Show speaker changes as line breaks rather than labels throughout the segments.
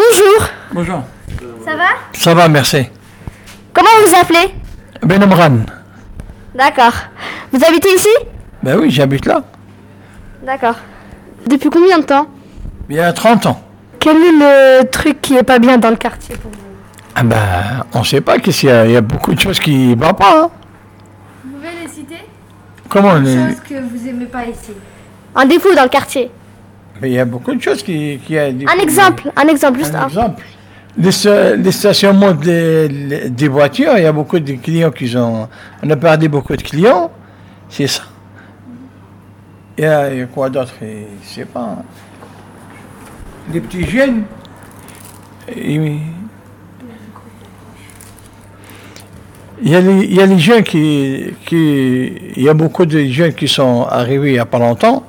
Bonjour,
Bonjour.
Ça va
Ça va, merci.
comment vous appelez
Ben Amran.
D'accord. Vous habitez ici
Ben oui, j'habite là.
D'accord. Depuis combien de temps
Il y a 30 ans.
Quel est le truc qui est pas bien dans le quartier pour vous
Ah ben, on sait pas qu'est-ce qu'il y a. Il y a beaucoup de choses qui ne vont
Oh,
pas. hein.
Vous pouvez les citer
Comment on est-
Chose que vous aimez pas ici.
Un défaut dans le quartier.
Mais il y a beaucoup de choses qui... qui a des-
Un exemple, un exemple, juste
Un
un.
exemple. Les, sta- les stationnements des, les- des voitures, il y a beaucoup de clients qui ont... On a perdu beaucoup de clients. C'est ça. Il y a, il y a quoi d'autre Je ne sais pas. hein. Les petits jeunes. ils- Il y, a les, il y a les jeunes qui, qui. Il y a beaucoup de jeunes qui sont arrivés il n'y a pas longtemps.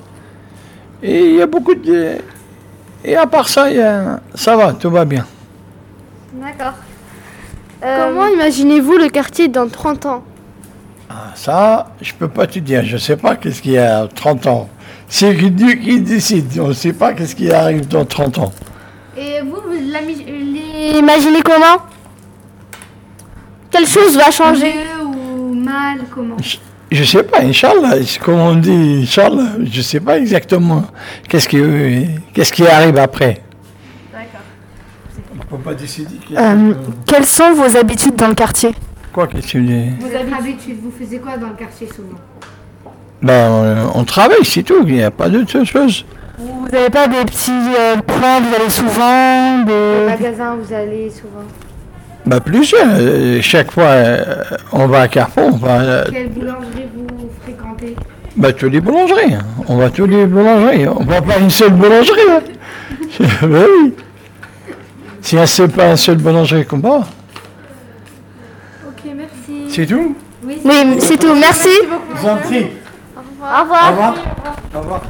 Et il y a beaucoup de. Et à part ça, il y a- ça va, tout va bien.
D'accord.
Comment imaginez-vous le quartier dans 30 ans
Ah, ça, je peux pas te dire. Je sais pas qu'est-ce qu'il y a 30 ans. C'est Dieu qui décide. On ne sait pas qu'est-ce qui arrive dans 30 ans.
Et vous, vous l'ami- les
Imaginez comment Quelle chose va changer
mieux ou mal comment
Je sais pas, Inch'Allah, c'est comme on dit, Inch'Allah, je sais pas exactement qu'est-ce qui, qu'est-ce qui arrive après.
D'accord.
On ne peut pas décider.
Euh, Quelles sont vos habitudes dans le quartier
Quoi que tu dis
Vos habitudes, vous faisiez quoi dans le quartier souvent
Ben, on, on travaille, c'est tout. Il n'y a pas d'autre chose.
Vous n'avez pas des petits euh, coins où vous allez souvent
Au
des...
magasin, vous allez souvent.
Ben, plusieurs. Euh, Chaque fois, euh, on va à Carrefour, on va euh,
Quelle boulangerie vous fréquentez
ben, tous les boulangeries. hein. On va à tous les boulangeries. On va pas à une seule boulangerie. hein. ben oui. Si on sait pas une seule boulangerie qu'on va,
Ok, merci.
c'est tout.
Oui,
Oui, c'est tout. Merci.
Gentil.
Au revoir.
Au revoir.